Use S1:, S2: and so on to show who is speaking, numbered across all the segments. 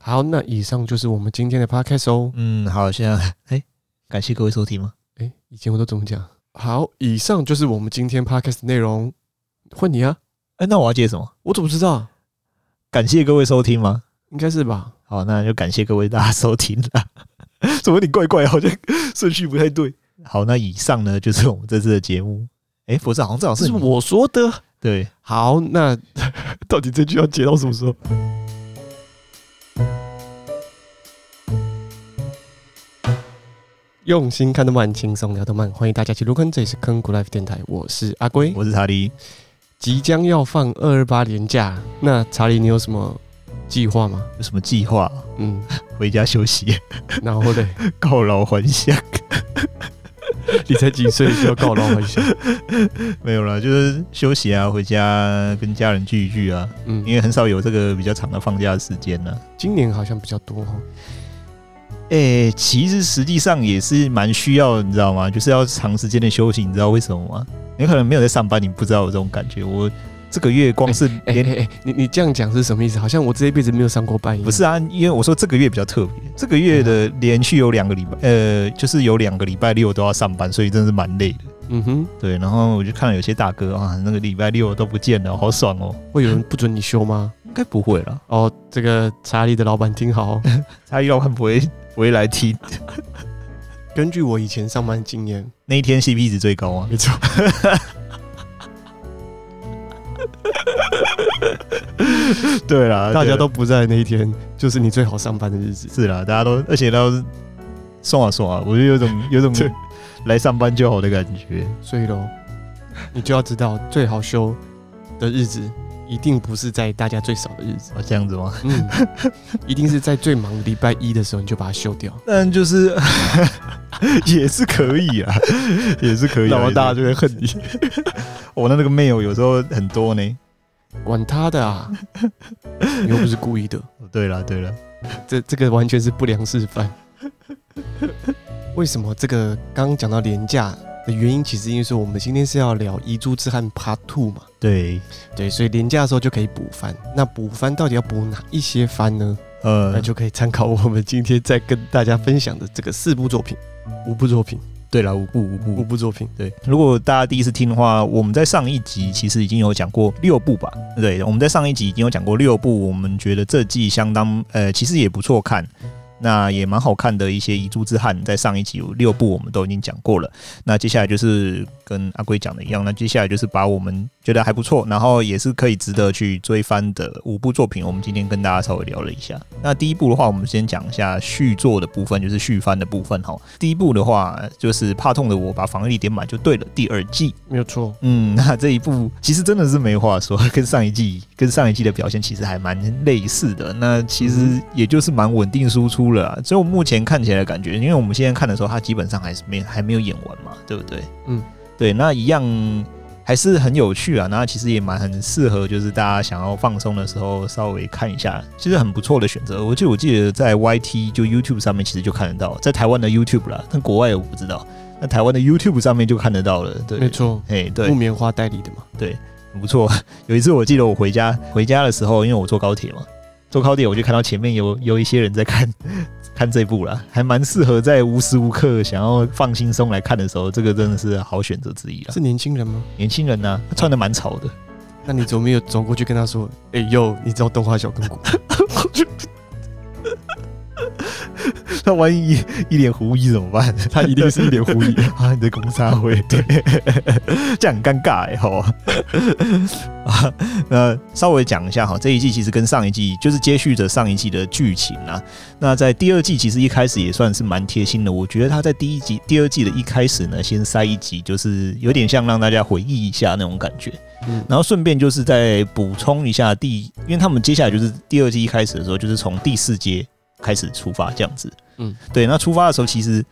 S1: 好，那以上就是我们今天的 podcast 哦。
S2: 嗯，好，现在哎、感谢各位收听吗？
S1: 哎，以前我都怎么讲？好，以上就是我们今天 podcast 内容。换你啊，
S2: 哎、那我要接什么？
S1: 我怎么知道？
S2: 感谢各位收听 吗？
S1: 应该是吧？
S2: 好，那就感谢各位大家收听啦。 怎么你怪怪，好像顺序不太对。好，那以上呢就是我们这次的节目。哎、不是，好像正好
S1: 这
S2: 是
S1: 是
S2: 你
S1: 我说的。
S2: 对，
S1: 好，那 到底这句要截到什么时候？用心看动漫，轻松聊动漫，欢迎大家一起入坑，这里是坑谷 Life 电台，我是阿龟。
S2: 我是查理。
S1: 即将要放二二八年假，那查理，你有什么计划吗？
S2: 有什么计划？
S1: 嗯，
S2: 回家休息，
S1: 然后嘞，
S2: 告老还乡。
S1: 你才几岁就要告老还 乡？
S2: 没有啦，就是休息啊，回家跟家人聚一聚啊，
S1: 嗯
S2: 因，为很少有这个比较长的放假时间呢、
S1: 今年好像比较多哦。
S2: 诶、其实实际上也是蛮需要的，你知道吗？就是要长时间的休息，你知道为什么吗？你可能没有在上班，你不知道有这种感觉。我这个月光是
S1: 哎
S2: 连、
S1: 哎哎，你你这样讲是什么意思？好像我这一辈子没有上过班一样。
S2: 不是啊，因为我说这个月比较特别，这个月的连续有两个礼拜，呃，就是有两个礼拜六都要上班，所以真的是蛮累的。
S1: 嗯哼，
S2: 对，然后我就看到有些大哥啊，那个礼拜六都不见了，好爽哦。
S1: 会有人不准你休吗？
S2: 应该不会啦，
S1: 哦，这个查理的老板听 好哦，
S2: 他老板不会不会来踢。
S1: 根据我以前上班经验，
S2: 那一天 CP 值最高啊，
S1: 没错。
S2: 对啦，
S1: 大
S2: 对
S1: 家
S2: 啦
S1: 都不在那一天，就是你最好上班的日子。
S2: 是啦，大家都，而且都是送啊送啊，我就有种 有种
S1: 对
S2: 来上班就好的感觉。
S1: 所以喽，你就要知道，最好休的日子一定不是在大家最少的日子，
S2: 哦，这样 子吗？
S1: 嗯，一定是在最忙的礼拜一的时候，你就把它休掉。
S2: 但就是 也是可 以啊，也是可以、
S1: 那
S2: 啊。
S1: 么大家就
S2: 会恨你。 我、那那个 mail 有时候很多呢。
S1: 管他的 啊，你又不是故意的，
S2: 哦对了对了，
S1: 这这个完全是不良示范。为什么这个刚刚讲到廉价的原因，其实因为说我们今天是要聊《遗珠之憾》Part Two 嘛，
S2: 对，
S1: 对，所以廉价的时候就可以补番。那补番到底要补哪一些番呢？那
S2: 呃，
S1: 就可以参考我们今天在跟大家分享的这个四部作品、五部作品、
S2: 对了，五步五
S1: 五
S2: 步。
S1: 部作品。
S2: 对，如果大家第一次听的话，我们在上一集其实已经有讲过六部吧？对，我们在上一集已经有讲过六部，我们觉得这季相当呃，其实也不错看，那也蛮好看的一些遗珠之憾，在上一集有六部我们都已经讲过了。那接下来就是跟阿龟讲的一样，那接下来就是把我们觉得还不错，然后也是可以值得去追番的五部作品，我们今天跟大家稍微聊了一下。那第一部的话，我们先讲一下续作的部分，就是续番的部分哈。第一部的话，就是怕痛的我把防御力点满就对了，第二季。
S1: 没有错，
S2: 嗯， 那这一部其实真的是没话说，跟上一季跟上一季的表现其实还蛮类似的。那其
S1: 嗯
S2: 实也就是蛮稳定输出了啊，所以我目前看起来的感觉，因为我们现在看的时候，它基本上还是没还没有演完嘛，对不对？
S1: 嗯，
S2: 对，那一样还是很有趣啊。那其实也蛮很适合，就是大家想要放松的时候稍微看一下，其实很不错的选择。我记得我记得在 YT 就 YouTube 上面其实就看得到，在台湾的 YouTube 啦，但国外我不知道。那台湾的 YouTube 上面就看得到了，对，
S1: 没，错，
S2: 哎，对
S1: 木，棉花代理的嘛。
S2: 很不错。 有一次我记得我回家回家的时候，因为我坐高铁嘛，坐高铁我就看到前面有有一些人在看 看这部啦，还蛮适合在无时无刻想要放轻松来看的时候，这个真的是好选择之一啦。
S1: 是年轻人吗？
S2: 年轻人呢、他穿的蛮潮的，
S1: 那你怎么没有走过去跟他说：“哎、呦，你知道动画小跟骨
S2: 那万一一一脸狐疑怎么办？ 他一定是一脸狐疑 啊！你的公杀会，对，这样很尴尬哎，好啊。啊那稍微讲一下哈，这一季其实跟上一季就是接续着上一季的剧情啊。那在第二季其实一开始也算是蛮贴心的，我觉得他在第一集、第二季的一开始呢，先塞一集，就是有点像让大家回忆一下那种感觉。
S1: 嗯
S2: 然后顺便就是再补充一下第，因为他们接下来就是第二季一开始的时候，就是从第四节开始出发这样子。
S1: 嗯，
S2: 对。那出发的时候其实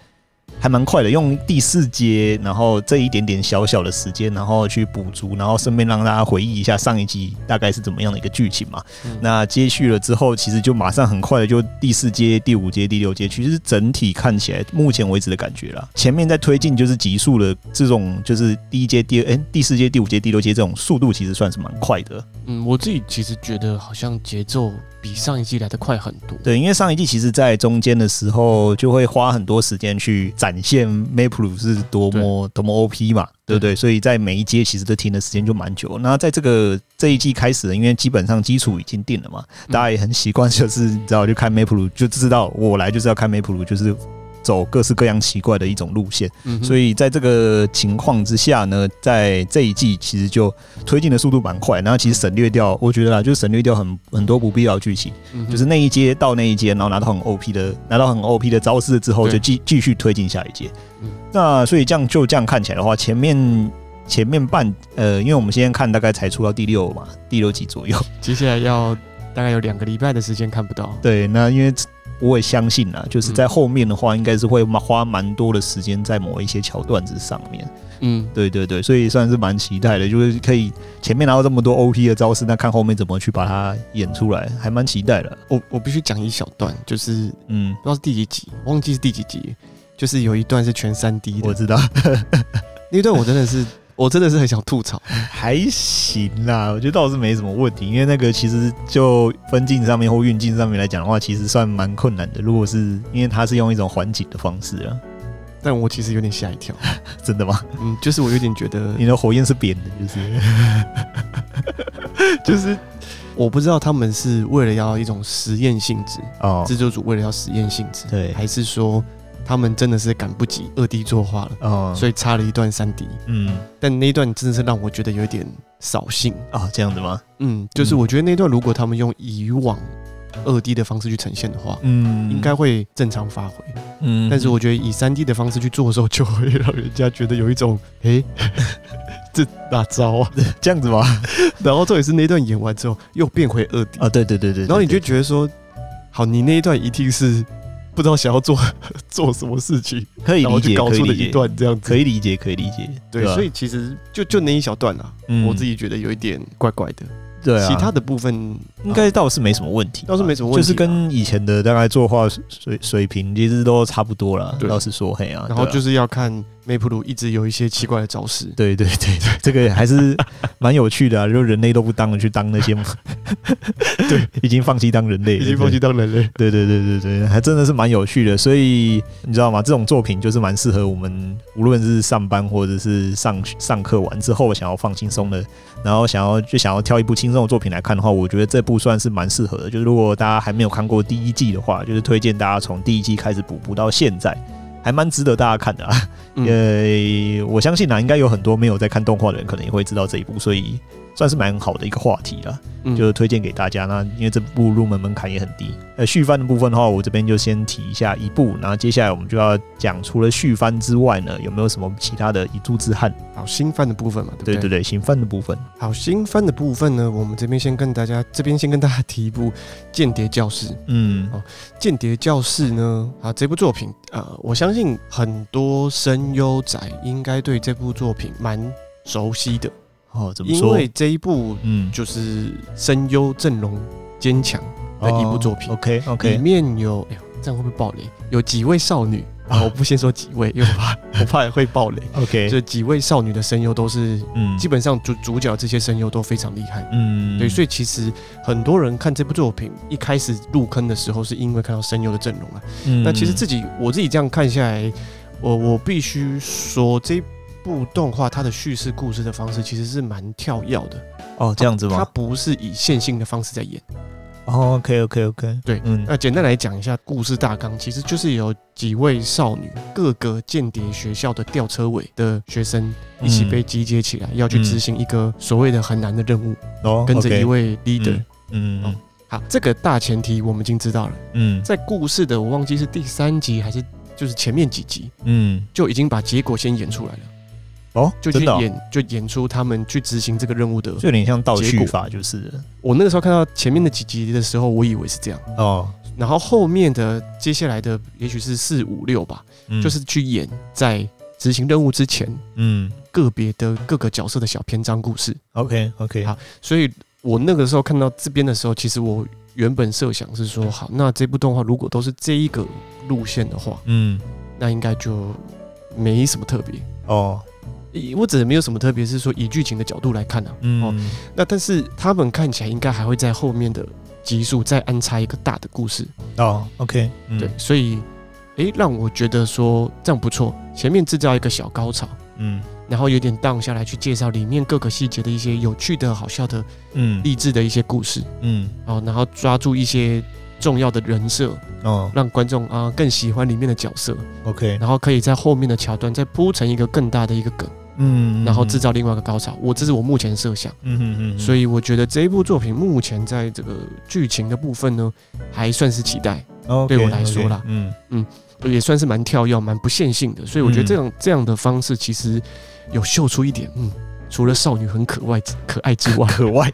S2: 还蛮快的，用第四节，然后这一点点小小的时间，然后去补足，然后顺便让大家回忆一下上一集大概是怎么样的一个剧情嘛。
S1: 嗯
S2: 那接续了之后，其实就马上很快的就第四阶、第五阶、第六阶，其实整体看起来目前为止的感觉啦，前面在推进就是急速的这种，就是第一阶、第二、哎第四阶、第五阶、第六阶这种速度，其实算是蛮快的。？”
S1: 嗯，我自己其实觉得好像节奏比上一季来的快很多。
S2: 对，因为上一季其实，在中间的时候就会花很多时间去展现 Maple 是多么多么 OP 嘛，对不对？所以在每一阶其实都停的时间就蛮久。那在这个这一季开始，因为基本上基础已经定了嘛，
S1: 嗯
S2: 大家也很习惯，就是你知道，就看 Maple 就知道我来就是要看 Maple，就是走各式各样奇怪的一种路线。
S1: 嗯哼
S2: 所以在这个情况之下呢，在这一季其实就推进的速度蛮快，然后其实省略掉，我觉得啦，就是省略掉很很多不必要的剧情。
S1: 嗯哼
S2: 就是那一阶到那一阶，然后拿到很 OP 的，拿到很 OP 的招式之后，
S1: 对
S2: 就继继续推进下一阶
S1: 嗯。
S2: 那所以这样就这样看起来的话，前面前面半呃，因为我们现在看大概才出到第六嘛，第六集左右。
S1: 接下来要大概有两个礼拜的时间看不到。
S2: 对，那因为我也相信啊，就是
S1: 嗯
S2: 在后面的话，应该是会花蛮多的时间在某一些桥段子上面。
S1: 嗯，
S2: 对对对，所以算是蛮期待的，就是可以前面拿到这么多 OP 的招式，那看后面怎么去把它演出来，还蛮期待的。
S1: 我我必须讲一小段，就是不
S2: 嗯，
S1: 知道是第几集，忘记是第几集，就是有一段是全三 D
S2: 我
S1: 的，
S2: 知道。
S1: 那一段我真的是 我真的是很想吐槽。
S2: 还行啦，我觉得倒是没什么问题，因为那个其实就分镜上面或运镜上面来讲的话，其实算蛮困难的。如果是因为它是用一种缓解的方式啊，
S1: 但我其实有点吓一跳，
S2: 真的吗？
S1: 嗯，就是我有点觉得，
S2: 你的火焰是扁的，就是
S1: 就是我不知道他们是为了要一种实验性质，
S2: 哦，
S1: 制作组为了要实验性质，
S2: 对，
S1: 还是说他们真的是赶不及二 D 作画了，
S2: 哦，
S1: 所以插了一段三 D，
S2: 嗯
S1: 但那一段真的是让我觉得有一点扫兴。
S2: 哦，这样子吗？
S1: 嗯，就是
S2: 嗯
S1: 我觉得那段如果他们用以往二 D 的方式去呈现的话，
S2: 嗯，
S1: 应该会正常发挥。
S2: 嗯，
S1: 但是我觉得以三 D 的方式去做的时候，就会让人家觉得有一种诶， 这哪招啊？
S2: 这样子吗？
S1: 然后重点是那段演完之后又变回二 D，
S2: 啊，对对对对，
S1: 然后你就
S2: 对
S1: 觉得说，好，你那一段一定是不知道想要做做什么事情，
S2: 对可以
S1: 然后
S2: 理
S1: 就
S2: 解，
S1: 搞
S2: 可以
S1: 出的
S2: 理
S1: 一
S2: 解，
S1: 段这样子。
S2: 可以理解，可以理解，
S1: 对，
S2: 吧
S1: 所以其实就就那一小段啊，
S2: 嗯
S1: 我自己觉得有一点怪怪的。
S2: 对啊，
S1: 其他的部分
S2: 应该倒是没什么问题吧，
S1: 倒是没什么问题啊
S2: 就是跟以前的大概作画水水水平其实都差不多了。
S1: 对
S2: 老实说，嘿啊，
S1: 然后
S2: 对啊
S1: 就是要看 Map 路一直有一些奇怪的招式，
S2: 对对对对，这个还是蛮有趣的啊，就人类都不当了，去当那些， 对，已经放弃当人类了，
S1: 已经放弃当人类。
S2: 对。对对对对对，还真的是蛮有趣的。所以你知道吗？这种作品就是蛮适合我们，无论是上班或者是上上课完之后想要放轻松的，然后想要就想要挑一部轻松的作品来看的话，我觉得这部算是蛮适合的。就是如果大家还没有看过第一季的话，就是推荐大家从第一季开始补补到现在。还蛮值得大家看的啊，
S1: 嗯，
S2: 呃，我相信啊，应该有很多没有在看动画的人，可能也会知道这一部，所以算是蛮好的一个话题啊啦，
S1: 嗯
S2: 就推荐给大家。那因为这部入门门槛也很低。呃，续番的部分的话，我这边就先提一下一部，然后接下来我们就要讲除了续番之外呢，有没有什么其他的遗珠之憾？
S1: 好新番的部分嘛，对不
S2: 对
S1: 对？
S2: 对对，行番的部分。
S1: 好新番的部分呢，我们这边先跟大家这边先跟大家提一部《间谍教室》。
S2: 嗯
S1: 哦《间谍教室》呢，啊，这部作品，呃，我相信很多声优仔应该对这部作品蛮熟悉的，
S2: 哦，怎么
S1: 因
S2: 说？
S1: 为这一部
S2: 嗯，
S1: 就是声优阵容坚强，的一部作品
S2: 哦 OK
S1: 里
S2: OK，
S1: 面有，哎呦，这样会不会爆雷？有几位少女啊，
S2: 啊
S1: 我不先说几位，因为我怕我怕会爆雷。
S2: OK，
S1: 这几位少女的声优都是，
S2: 嗯，
S1: 基本上主主角这些声优都非常厉害。
S2: 嗯，
S1: 对，所
S2: 以
S1: 以其实很多人看这部作品一开始入坑的时候，是因为看到声优的阵容啊。
S2: 嗯
S1: 那其实自己我自己这样看下来，我我必须说这部动画它的叙事故事的方式其实是蛮跳跃的，
S2: 哦这样子
S1: 它
S2: 吗
S1: 不是以线性的方式在演。
S2: ？OK OK OK，
S1: 对哎
S2: 嗯
S1: 那简单来讲一下故事大纲，其实就是有几位少女，各个间谍学校的吊车尾的学生一
S2: 嗯
S1: 起被集结起来，要去执行一个所谓的很难的任务，
S2: 哦
S1: 跟着
S2: 嗯 OK，
S1: 一位哦 leader。
S2: 嗯嗯
S1: 好，这个大前提我们已经知道了，
S2: 嗯
S1: 在故事的我忘记是第三集还是就是前面几集
S2: 嗯。
S1: 就已经把结果先演出来了，
S2: 哦，
S1: 就去
S2: 真的哦、
S1: 演、就演出他们去执行这个任务的。
S2: 就有点像倒
S1: 结
S2: 叙
S1: 果
S2: 法，就是了
S1: 我那个时候看到前面的几集的时候，我以为是这样，
S2: 哦，
S1: 然后后面的接下来的也许是四五六吧，
S2: 嗯
S1: 就是去演在执行任务之前
S2: 嗯
S1: 个别的各个角色的小篇章故事。
S2: ，OK OK，
S1: 好所以我那个时候看到这边的时候，其实我原本设想是说，好，那这部动画如果都是这一个路线的话，
S2: 嗯，
S1: 那应该就没什么特别。
S2: 哦，
S1: 以我指的没有什么特别，是说以剧情的角度来看啊。
S2: 嗯，
S1: 哦那但是他们看起来应该还会在后面的集数再安插一个大的故事。
S2: 哦，OK，嗯
S1: 对，，所以诶，让我觉得说这样不错，前面制造一个小高潮，
S2: 嗯
S1: 然后有点 down 下来去介绍里面各个细节的一些有趣的、好笑的、
S2: 嗯
S1: 励志的一些故事
S2: 嗯，
S1: 哦，然后抓住一些重要的人设，
S2: 哦
S1: 让观众啊、更喜欢里面的角色，
S2: ，OK，
S1: 然后可以在后面的桥段再铺成一个更大的一个梗，
S2: 嗯，
S1: 然后制，造另外一个高潮。我这是我目前设想，
S2: 嗯嗯嗯，
S1: 所
S2: 以，
S1: 以我觉得这一部作品目前在这个剧情的部分呢，还算是期待。对我来说啦
S2: 嗯
S1: 也算是蛮跳跃、蛮不线性的，所以我觉得
S2: 嗯
S1: 这样、这样的方式其实有秀出一点，嗯，除了少女很可爱可爱之外，
S2: 可外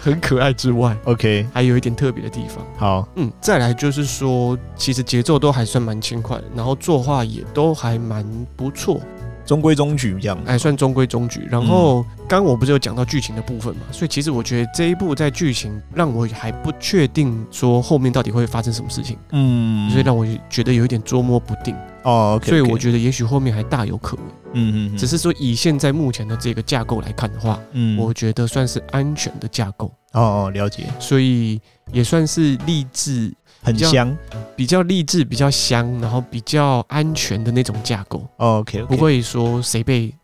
S1: 很可爱之外，
S2: ，OK，
S1: 还有一点特别的地方。
S2: 好，
S1: 嗯，再来就是说，其实节奏都还算蛮轻快的，然后作画也都还蛮不错，
S2: 中规中矩这样，
S1: 还算中规中矩。然后刚刚我不是有讲到剧情的部分嘛，所以其实我觉得这一部在剧情让我还不确定说后面到底会发生什么事情，
S2: 嗯
S1: 所以让我觉得有一点捉摸不定。
S2: 哦，OK，
S1: 所以我觉得也许后面还大有可为。
S2: 嗯嗯，
S1: 只
S2: 是，
S1: 是说以现在目前的这个架构来看的话，
S2: 嗯，
S1: 我觉得算是安全的架构，
S2: 哦，了解，
S1: 所以也算是励志，
S2: 很香
S1: 比较励志、比较香，然后比较安全的那种架构，
S2: ，OK，哦
S1: 不会说谁被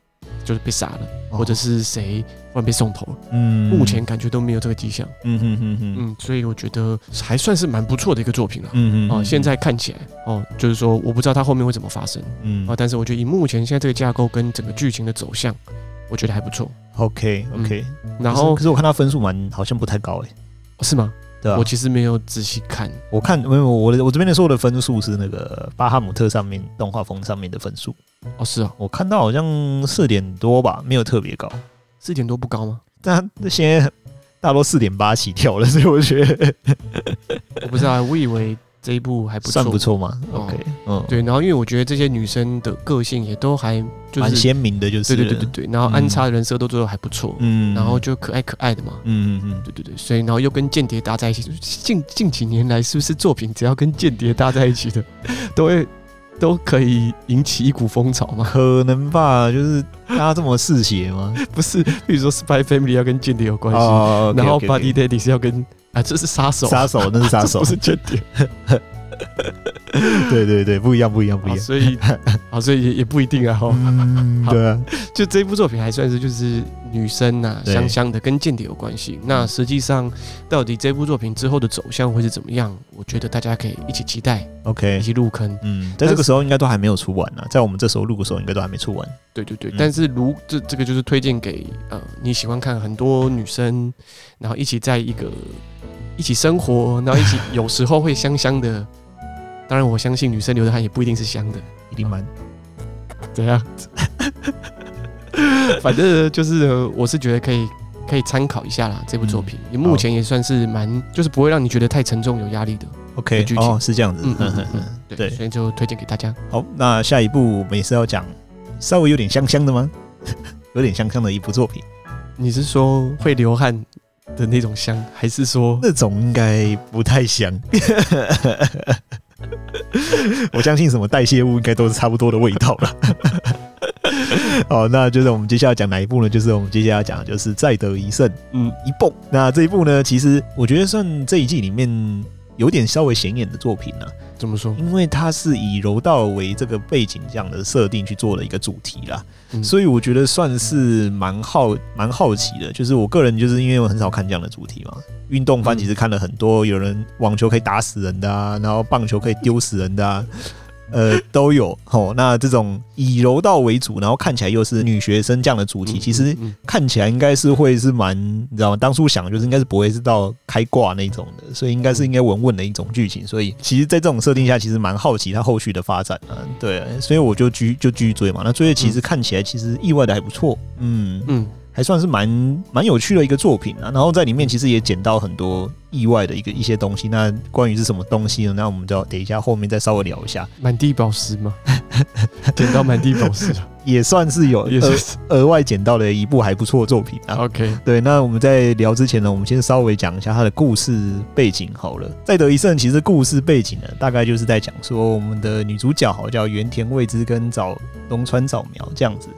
S1: 就是被杀了，或者，是谁忽然被送头了，
S2: 嗯，
S1: 目前，感觉都没有这个迹象。
S2: 嗯嗯嗯嗯
S1: 嗯，所以我觉得还算是蛮不错的一个作品了。
S2: 嗯嗯，
S1: 哦，现，在看起来哦，就是说我不知道它后面会怎么发生
S2: 嗯
S1: 哦，但是我觉得以目前现在这个架构跟整个剧情的走向，我觉得还不错。
S2: ，OK OK，
S1: 嗯然后
S2: 嗯
S1: 哦
S2: 可是我看他分数蛮好像不太高哎，
S1: 是吗？
S2: 对吧啊
S1: 我？其实没有仔细看，
S2: 我看没有我的我这边的所有的分数是那个巴哈姆特上面动画风上面的分数，
S1: 哦，是哦，
S2: 我看到好像四点多吧，没有特别高，
S1: 四点多不高吗？
S2: 但那些大多四点八起跳了，所以我觉得
S1: 我不知道，我以为这一部还不错，
S2: 算不。错嘛。
S1: 哦
S2: OK，嗯，
S1: 对，然后因为我觉得这些女生的个性也都还就
S2: 蛮
S1: 是，
S2: 鲜明的，就是
S1: 对对对对，对，然后安插的人设都做的还不错，
S2: 嗯，
S1: 然后就可哎爱可爱的嘛。
S2: 嗯嗯
S1: 对对对，所以然后又跟间谍搭在一起，近近几年来是不是作品只要跟间谍搭在一起的，都会都可以引起一股风潮
S2: 嗯，
S1: 嘛？
S2: 可能吧，就是大家这么嗜血吗？
S1: 不是，比如说 Spy Family 要跟间谍有关系，
S2: 哦
S1: 然后 Buddy Daddy 是要跟啊，这是杀手，
S2: 杀手那是杀 手
S1: 不，是间谍。
S2: 对对对，不一样不一样不一
S1: 啊，
S2: 样。
S1: 所以啊，所以也也不一定啊。哦，
S2: 嗯，
S1: 好
S2: 对啊，
S1: 就这部作品还算是就是女生呐、
S2: 对嗯
S1: 香香的，跟间谍有关系。那实际上到底这部作品之后的走向会是怎么样？我觉得大家可以一起期待，一
S2: ，OK，
S1: 起入坑。
S2: 嗯，在这个时候应该都还没有出完呢，在我们这时候录的时候应该都还没出完。
S1: 对对对，
S2: 嗯
S1: 但是如这这个就是推荐给呃你喜欢看很多女生，然后一起在一个一起生活，然后一起 有时候会香香的。当然，我相信女生流的汗也不一定是香的。
S2: 一定蛮
S1: 哦怎样？ 反正就是呃我是觉得可以可以参考一下啦，这部作品、也目前也算是蛮，就是不会让你觉得太沉重有压力的。
S2: OK
S1: 剧情
S2: 哦，是这样子
S1: 嗯，
S2: 嗯
S1: 嗯
S2: 嗯
S1: 嗯
S2: 嗯，
S1: 嗯，对，
S2: 对
S1: 所以就推荐给大家。
S2: 好，那下一部我们也是要讲稍微有点香香的吗？ 有点香香的一部作品，
S1: 你是说会流汗的那种香，还是说
S2: 那种应该不太香。 我相信什么代谢物应该都是差不多的味道了。 好，那就是我们接下来讲哪一部呢？就是我们接下来讲的就是《再得一胜
S1: 嗯
S2: 一蹦》。那这一部呢，其实我觉得算这一季里面有点稍微显眼的作品了、
S1: 怎么说？
S2: 因为它是以柔道为这个背景这样的设定去做了一个主题啦，
S1: 嗯
S2: 所以我觉得算是蛮好蛮好奇的。就是我个人就是因为我很少看这样的主题嘛，运动番
S1: 嗯
S2: 其实看了很多，有人网球可以打死人的啊，然后棒球可以丢死人 的啊。呃，都有吼。那这种以柔道为主，然后看起来又是女学生这样的主题，
S1: 嗯
S2: 其实
S1: 嗯嗯
S2: 看起来应该是会是蛮，你知道吗？当初想就是应该是不会是到开挂那种的，所以应该是应该稳稳的一种剧情。所以其实，在这种设定下，其实蛮好奇它后续的发展啊。对，所以我就继就继续追嘛。那追的其实看起来其实意外的还不错，嗯，
S1: 嗯
S2: 还算是蛮蛮有趣的一个作品啊。然后在里面其实也捡到很多意外的一个一些东西。那关于是什么东西呢？那我们就要等一下后面再稍微聊一下，
S1: 满地宝石吗？ 捡到满地宝石了，
S2: 也算是有
S1: 也是
S2: 额额外捡到的一部还不错的作品啊。
S1: OK。
S2: 对，那我们在聊之前呢，我们先稍微讲一下它的故事背景好了。再得一胜，其实故事背景呢，大概就是在讲说我们的女主角好叫原田未知跟早东川早苗这样子，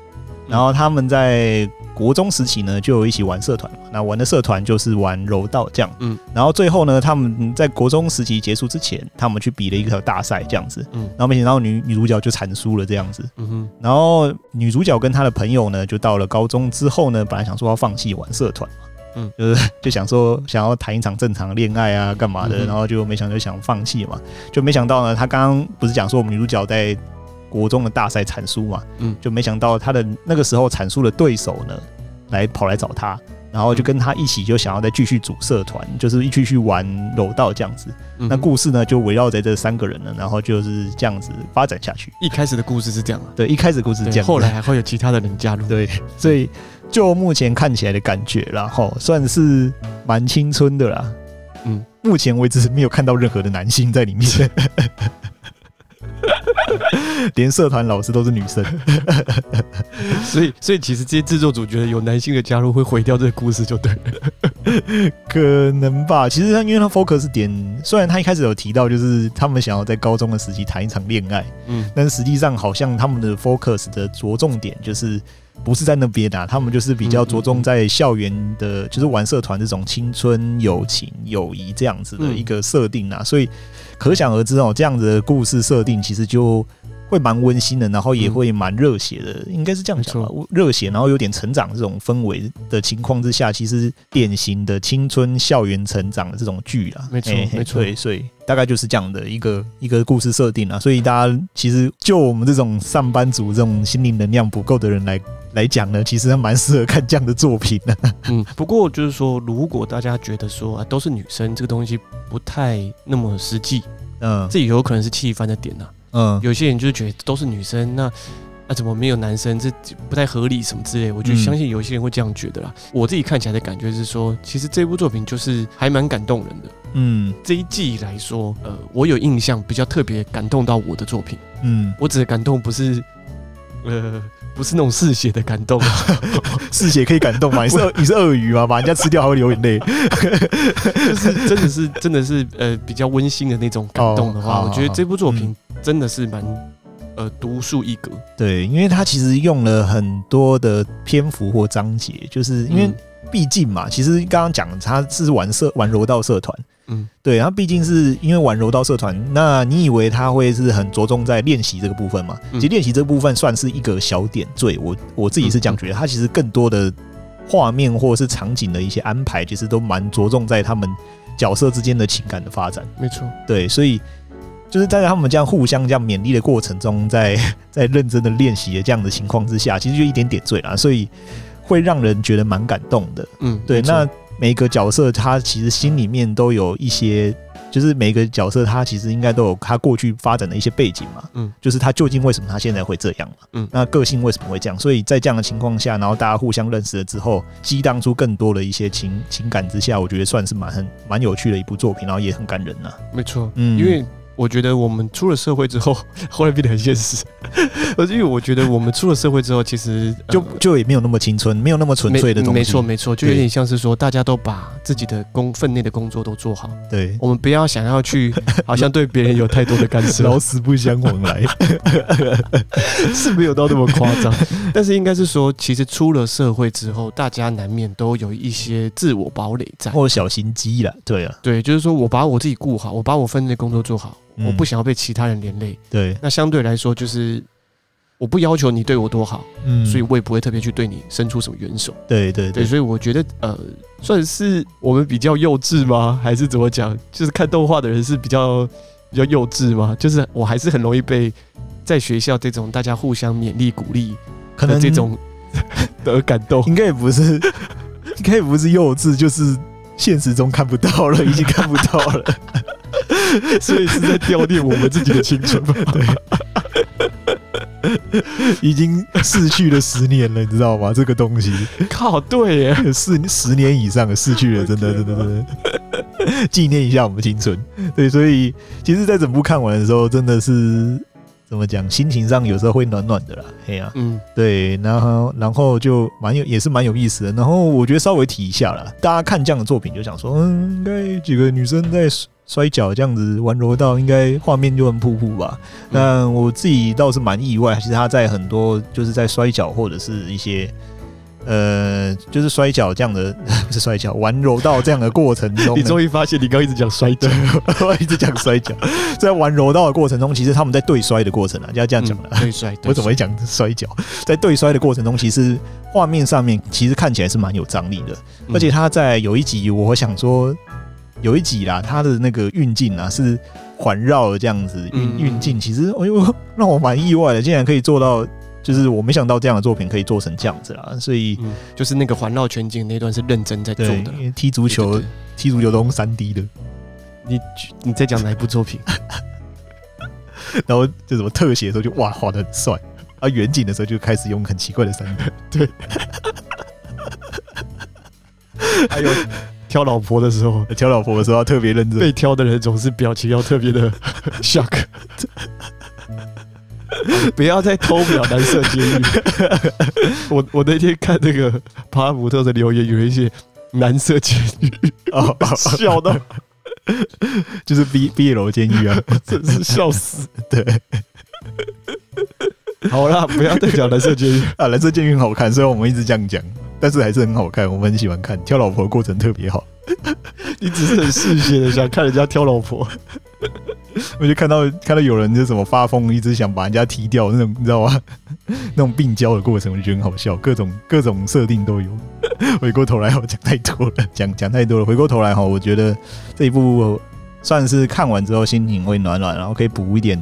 S2: 然后他们在。国中时期呢，就有一起玩社团嘛。那玩的社团就是玩柔道这样。
S1: 嗯
S2: 嗯，然后最后呢，他们在国中时期结束之前，他们去比了一个大赛这样子。
S1: 嗯
S2: 嗯，然后没想到女女主角就惨输了这样子。
S1: 嗯哼，
S2: 然后女主角跟她的朋友呢，就到了高中之后呢，本来想说要放弃玩社团嘛，
S1: 嗯
S2: 嗯，就是就想说想要谈一场正常的恋爱啊，干嘛的，
S1: 嗯哼
S2: 然后就没想就想放弃嘛，就没想到呢，她刚刚不是讲说我们女主角在国中的大赛阐述嘛，
S1: 嗯
S2: 嗯，就没想到她的那个时候阐述的对手呢，来跑来找她。然
S1: 嗯
S2: 后就跟她一起，就想要再继续组社团，就是一起去玩柔道这样子。
S1: 嗯哼
S2: 那故事呢，就围绕在这三个人呢，然后就是这样子发展下去。
S1: 一开始的故事是这样啊，
S2: 对，一开始故事是这
S1: 对
S2: 样，
S1: 后来还会有其他的人加入。
S2: 对，所以就目前看起来的感觉啦，吼，算是蛮青春的啦。
S1: 嗯
S2: 嗯，目前为止没有看到任何的男性在里面， 连社团老师都是女生。
S1: 所以，所以其实这些制作组觉得有男性的加入会毁掉这个故事，就对了。
S2: 可能吧。其实他因为他 focus 点，虽然他一开始有提到，就是他们想要在高中的时期谈一场恋爱，
S1: 嗯
S2: 但实际上好像他们的 focus 的着重点就是不是在那边啊，他们就是比较着重在校园的，就是玩社团这种青春、友情、友谊这样子的一个设定啊，所以可想而知哦，这样子的故事设定其实就。会蛮温馨的，然后也会蛮热血的，应该是这样讲吧
S1: 没。
S2: 热血，然后有点成长这种氛围的情况之下，其实典型的青春校园成长的这种剧啦，
S1: 没错
S2: 嘿嘿
S1: 没错
S2: 对所以大概就是这样的一个一个故事设定啊。所以大家其实就我们这种上班族这种心灵能量不够的人来来讲呢，其实还蛮适合看这样的作品的、
S1: 嗯，不过就是说，如果大家觉得说啊都是女生，这个东西不太那么实际，
S2: 嗯
S1: 这也有可能是气翻的点呐、
S2: 嗯，
S1: 有些人就是觉得都是女生，那那、啊怎么没有男生？这不太合理什么之类的。我就
S2: 嗯
S1: 相信有一些人会这样觉得啦。我自己看起来的感觉是说，其实这部作品就是还蛮感动人的。
S2: 嗯
S1: 这一季来说，呃，我有印象比较特别感动到我的作品，
S2: 嗯，
S1: 我指的感动不是，呃，不是那种嗜血的感动，
S2: 嗜血可以感动吗？你是鳄你是鳄鱼吗？把人家吃掉还会流眼泪？
S1: 就是真的是真的是呃比较温馨的那种感动的
S2: 哦
S1: 话，
S2: 好
S1: 我觉得
S2: 好
S1: 这部作品真的是蛮呃独树一格。
S2: 对，因为他其实用了很多的篇幅或章节，就是因为
S1: 嗯
S2: 毕竟嘛，其实刚刚讲他是玩社玩柔道社团，
S1: 嗯
S2: 对，他毕竟是因为玩柔道社团，那你以为他会是很着重在练习这个部分嘛？
S1: 嗯嗯
S2: 其实练习这部分算是一个小点缀，我我自己是这样觉得，他其实更多的画面或者是场景的一些安排，其实都蛮着重在他们角色之间的情感的发展。
S1: 没错，
S2: 对，所以就是在他们这样互相这样勉励的过程中，在 在认真的练习的这样的情况之下，其实就一点点缀啦，所以会让人觉得蛮感动的。
S1: 嗯，
S2: 对，
S1: 没错
S2: 那每个角色他其实心里面都有一些，就是每个角色他其实应该都有他过去发展的一些背景嘛，
S1: 嗯，
S2: 就是他究竟为什么他现在会这样嘛，
S1: 嗯
S2: 那个性为什么会这样？所以在这样的情况下，然后大家互相认识了之后，激荡出更多的一些情情感之下，我觉得算是蛮很蛮有趣的一部作品，然后也很感人呐、
S1: 没错，
S2: 嗯
S1: 因为。我觉得我们出了社会之后， 后来变得很现实。 而且我觉得我们出了社会之后，其实
S2: 就
S1: 呃
S2: 就也没有那么青春，没有那么纯粹的东西，
S1: 没没错，没错，就有
S2: 对
S1: 点像是说，大家都把自己的工分内的工作都做好，
S2: 对。
S1: 我们不要想要 去好像对别人有太多的干涉。
S2: 死不相往来，
S1: 是没有到那么夸张，但是应该是说，其实出了社会之后，大家难免都有一些自我堡垒在。
S2: 或小心机了，对啊，
S1: 对，就是说我把我自己顾好，我把我分内的工作做好，
S2: 嗯
S1: 我不想要被其他人连累。
S2: 对，
S1: 那相对来说，就是我不要求你对我多好，
S2: 嗯，
S1: 所以我也不会特别去对你伸出什么援手。
S2: 对对
S1: 对，
S2: 对，
S1: 所以我觉得呃，算是我们比较幼稚吗？还是怎么讲？就是看动画的人是比较比较幼稚吗？就是我还是很容易被在学校这种大家互相勉励鼓励，
S2: 可能
S1: 这种 的感动。
S2: 应该也不是， 应该也不是幼稚，就是现实中看不到了，已经看不到了。
S1: 所以是在悼念我们自己的青春吧？
S2: 已经逝去了十年了，你知道吗？这个东西
S1: 靠，对耶，
S2: 是十年以上的逝去了，真的，真的，真的，纪念一下我们青春。对，所以其实，在整部看完的时候，真的是怎么讲，心情上有时候会暖暖的啦。哎呀、
S1: 嗯，
S2: 对，然后然后就蛮有，也是蛮有意思的。然后我觉得稍微提一下啦，大家看这样的作品就想说，嗯，应该几个女生在摔摔跤这样子玩柔道，应该画面就很瀑布吧。
S1: 嗯
S2: 但我自己倒是蛮意外，其实她在很多就是在摔跤或者是一些呃，就是摔跤这样的， 不是摔跤，玩柔道这样的过程中呢，
S3: 你终于发现你刚一直讲
S1: 嗯
S3: 摔跤，
S2: 我一直讲摔跤， 在玩柔道的过程中，其实他们在对摔的过程啊，要这样讲了。
S1: 嗯对摔，对
S2: 我怎么会讲摔跤？在对摔的过程中，其实画面上面其实看起来是蛮有张力的，
S1: 嗯
S2: 而且他在有一集，我想说有一集啦，他的那个运镜啊是环绕的这样子运
S1: 嗯
S2: 运镜，其实哎呦让我蛮意外的，竟然可以做到，就是我没想到这样的作品可以做成这样子啦，所以。
S1: 嗯，就是那个环绕全景那段是认真嗯在做
S2: 对，
S1: 的啦
S2: 因。为踢足
S1: 足
S2: 球，踢足球都用三 D 的，
S1: 你你在讲哪一部作品？
S2: 然后就什么特写的时候就哇画的很帅，啊远景的时候就开始用很奇怪的三 D。
S1: 还有挑老婆的时候，
S2: 呃挑老婆的时候要特别认真，
S1: 被挑的人总是表情要特别的 shock。不要再偷秒男色监狱。 我我那天看那个帕拉姆特的留言，有一些男色监狱，
S2: 哦，
S1: 笑到
S2: 就是 B B 楼监狱啊，
S1: 真是笑 死。
S2: 对
S1: 好啦，不要再讲男色监狱。
S2: 啊，蓝色监狱很好看，虽然我们一直这样讲，但是还是很好看，我们很喜欢看。挑老婆的过程特别好，
S1: 你只是很嗜血的想看人家挑老婆，
S2: 我就看到看到有人就什么发疯，一直想把人家踢掉那种，你知道吗？ 那种病娇的过程，我就觉得很好笑，各种各种设定都有。 回过头来，我讲太多了，讲讲太多了。回过头来哈，我觉得这一部算是看完之后心情会暖暖，然后可以补一点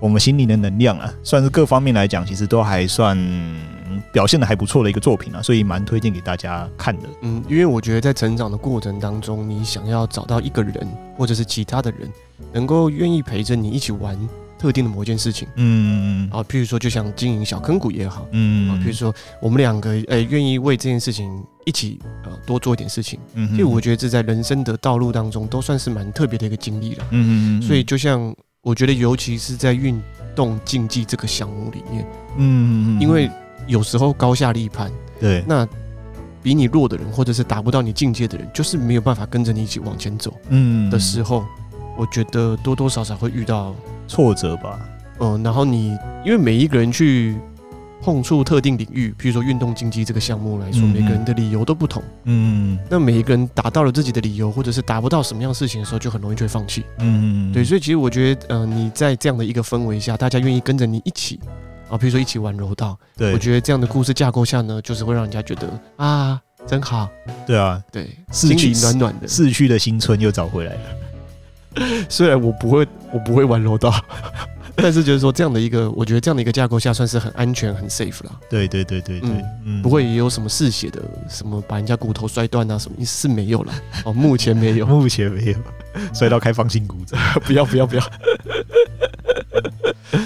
S2: 我们心里的能量啊。算是各方面来讲，其实都还算嗯表现的还不错的一个作品啊，所以蛮推荐给大家看的。
S1: 嗯，因为我觉得在成长的过程当中，你想要找到一个人或者是其他的人，能够愿意陪着你一起玩特定的某一件事情
S2: 嗯
S1: 啊，譬如说就像经营小坑谷也好，啊，
S2: 嗯
S1: 譬如说我们两个呃愿意为这件事情一起呃多做一点事情，
S2: 嗯
S1: 所以我觉得这在人生的道路当中都算是蛮特别的一个经历了。
S2: 嗯
S1: 所以就像我觉得，尤其是在运动竞技这个项目里面，
S2: 嗯
S1: 因为有时候高下立判。
S2: 对
S1: 那比你弱的人，或者是达不到你境界的人，就是没有办法跟着你一起往前走
S2: 嗯
S1: 的时候，我觉得多多少少会遇到，
S2: 挫折吧，
S1: 嗯、然后你因为每一个人去碰触特定领域，譬如说运动竞技这个项目来说，
S2: 嗯嗯
S1: 每个人的理由都不同，
S2: 嗯
S1: 那每一个人达到了自己的理由，或者是达不到什么样事情的时候，就很容易就会放弃。
S2: 嗯
S1: 对，所以其实我觉得，嗯、你在这样的一个氛围下，大家愿意跟着你一起。啊，譬如说一起玩柔道，
S2: 对，
S1: 我觉得这样的故事架构下呢，就是会让人家觉得啊，真好，
S2: 对啊，
S1: 对，
S2: 失
S1: 心
S2: 去
S1: 里暖暖的。
S2: 逝去的青春又找回来了。
S1: 虽然我不会，我不会玩柔道，但是就是说这样的一个，我觉得这样的一个架构下算是很安全、很 safe 啦，
S2: 对对对对对，嗯，
S1: 不会也有什么嗜血的，什么把人家骨头摔断啊，什么是没有啦。哦，目前没 有，嗯
S2: 目前没有摔到开放性骨折。
S1: 不要不要不要。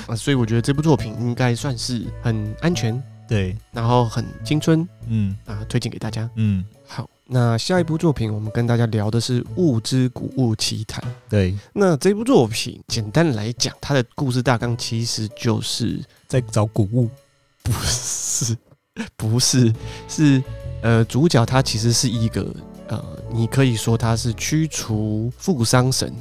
S1: 啊，所以我觉得这部作品应该算是很安全，
S2: 对，
S1: 然后很青春
S2: 嗯
S1: 啊，推荐给大家。
S2: 嗯，
S1: 好，那下一部作品我们跟大家聊的是《物之古物奇谭》。
S2: 对，
S1: 那这部作品，简单来讲，它的故事大纲其实就是
S2: 在找古物。
S1: 不是不是是呃，主角他其实是一个呃，你可以说他是驱除富商神。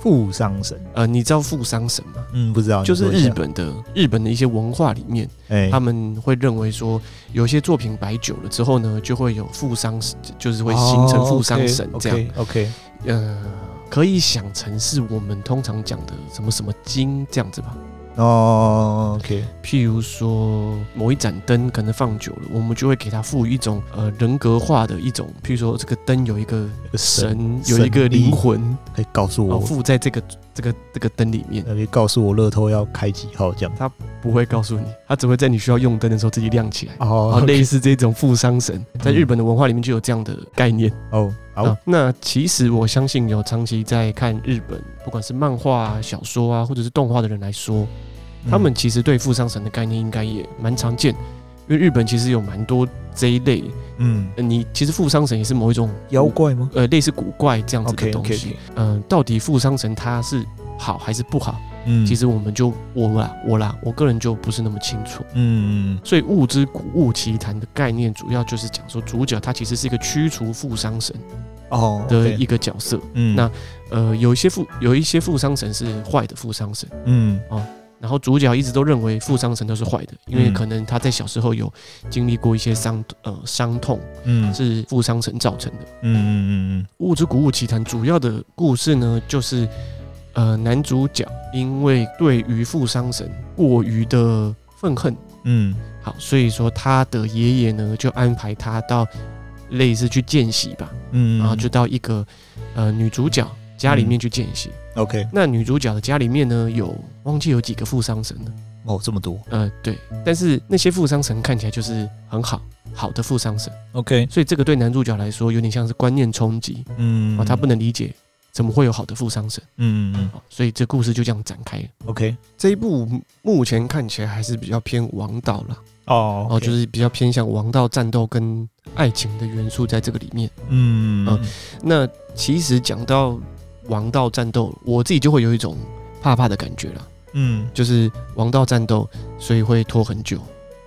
S2: 富商神，
S1: 呃，你知道富商神吗？
S2: 嗯，不知道，
S1: 就是
S2: 你说一
S1: 日
S2: 下，
S1: 本的日本的一些文化里面，
S2: 哎，
S1: 他们会认为说，有些作品摆久了之后呢，就会有富商，就是会形成富商神这样。
S2: 哦 OK，
S1: 呃，可以想成是我们通常讲的什么什么经这样子吧。
S2: 哦，OK，
S1: 譬如说某一盏灯可能放久了，我们就会给它赋予一种呃人格化的一种，譬如说这个灯有一个神，有一个灵，魂，
S2: 可以告诉
S1: 然后
S2: 我，
S1: 附在这个这个这个灯里面，
S2: 可以告诉我乐透要开几号这样。
S1: 不会告诉你，它只会在你需要用灯的时候自己亮起来。
S2: 哦
S1: 啊，类似这种富商神，在日本的文化里面就有这样的概念。
S2: 哦，好
S1: 啊，，那其实我相信有长期在看日本，不管是漫画、啊、小说啊，或者是动画的人来说，
S2: 嗯
S1: 他们其实对富商神的概念应该也蛮常见，因为日本其实有蛮多这一类。
S2: 嗯，
S1: 呃你其实富商神也是某一种
S2: 妖怪吗
S1: 呃，类似古怪这样子的
S2: ？OK
S1: 东
S2: OK
S1: 西
S2: OK，。
S1: 嗯、到底富商神它是好还是不好？
S2: 嗯，
S1: 其实我们就我啦，我啦，我个人就不是那么清楚。
S2: 嗯，
S1: 所以《物之古物奇谈》的概念主要就是讲说，主角他其实是一个驱除富商神
S2: 哦
S1: 的
S2: 对，
S1: 一个角色。
S2: 嗯
S1: 那呃，有一些富有一些富商神是坏的富商神，
S2: 嗯
S1: 然后主角一直都认为富商神都是坏的，因为
S2: 嗯
S1: 可能他在小时候有经历过一些伤呃伤痛，
S2: 嗯
S1: 是富商神造成的。
S2: 嗯嗯嗯
S1: 《物之古物奇谭》主要的故事呢，就是呃男主角因为对于富商神过于的愤恨，
S2: 嗯
S1: 好，所以说他的爷爷呢就安排他到类似去见习吧，
S2: 嗯嗯，
S1: 然后就到一个呃女主角家里面去见习。
S2: OK
S1: 那女主角的家里面呢，有忘记有几个富商神了，
S2: 哦，这么多
S1: 呃，对，但是那些富商神看起来就是很好好的富商神，
S2: OK，
S1: 所以这个对男主角来说有点像是观念冲击
S2: 嗯
S1: 啊，他不能理解怎么会有好的富商神。
S2: 嗯嗯
S1: 好所以这故事就这样展开了。
S2: 嗯 OK
S1: 这一部目前看起来还是比较偏王道啦，
S2: 哦
S1: 哦，就是比较偏向王道战斗跟爱情的元素在这个里面。
S2: 嗯
S1: 嗯那其实讲到王道战斗，我自己就会有一种怕怕的感觉啦，
S2: 嗯
S1: 就是王道战斗，所以会拖很久，